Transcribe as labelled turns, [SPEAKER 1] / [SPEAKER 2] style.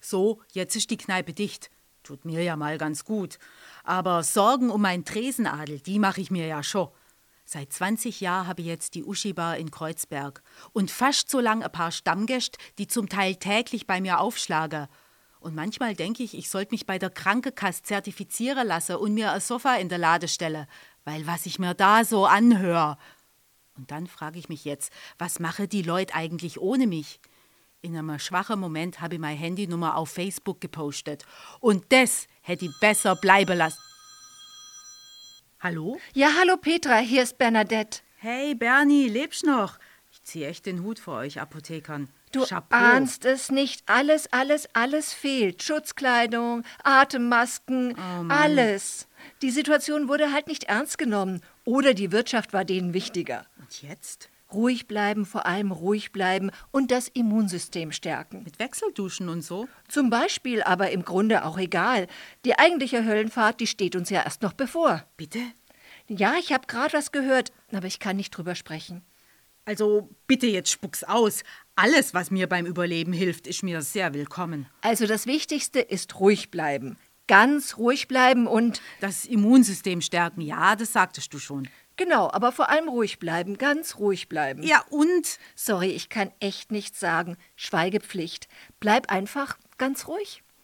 [SPEAKER 1] So, jetzt ist die Kneipe dicht. Tut mir ja mal ganz gut. Aber Sorgen um meinen Tresenadel, die mache ich mir ja schon. Seit 20 Jahren habe ich jetzt die Uschi-Bar in Kreuzberg und fast so lang ein paar Stammgäste, die zum Teil täglich bei mir aufschlagen. Und manchmal denke ich, ich sollte mich bei der Krankenkasse zertifizieren lassen und mir ein Sofa in der Lade stelle, weil was ich mir da so anhöre. Und dann frage ich mich jetzt, was mache die Leute eigentlich ohne mich? In einem schwachen Moment habe ich meine Handynummer auf Facebook gepostet. Und das hätte ich besser bleiben lassen. Hallo?
[SPEAKER 2] Ja, hallo Petra, hier ist Bernadette.
[SPEAKER 1] Hey Bernie, lebst noch? Ich ziehe echt den Hut vor euch Apothekern.
[SPEAKER 2] Du ahnst es nicht. Alles, alles, alles fehlt. Schutzkleidung, Atemmasken,
[SPEAKER 1] Mann.
[SPEAKER 2] alles. Die Situation wurde halt nicht ernst genommen. Oder die Wirtschaft war denen wichtiger.
[SPEAKER 1] Und jetzt?
[SPEAKER 2] Ruhig bleiben, vor allem ruhig bleiben und das Immunsystem stärken.
[SPEAKER 1] Mit Wechselduschen und so?
[SPEAKER 2] Zum Beispiel aber im Grunde auch egal. Die eigentliche Höllenfahrt, die steht uns ja erst noch bevor.
[SPEAKER 1] Bitte?
[SPEAKER 2] Ja, ich habe gerade was gehört, aber ich kann nicht drüber sprechen.
[SPEAKER 1] Also bitte jetzt spuck's aus. Alles, was mir beim Überleben hilft, ist mir sehr willkommen.
[SPEAKER 2] Also das Wichtigste ist ruhig bleiben. Ganz ruhig bleiben und
[SPEAKER 1] Das Immunsystem stärken, ja, das sagtest du schon.
[SPEAKER 2] genau, aber vor allem ruhig bleiben, ganz ruhig bleiben.
[SPEAKER 1] Ja, und?
[SPEAKER 2] Sorry, ich kann echt nichts sagen. Schweigepflicht. Bleib einfach ganz ruhig.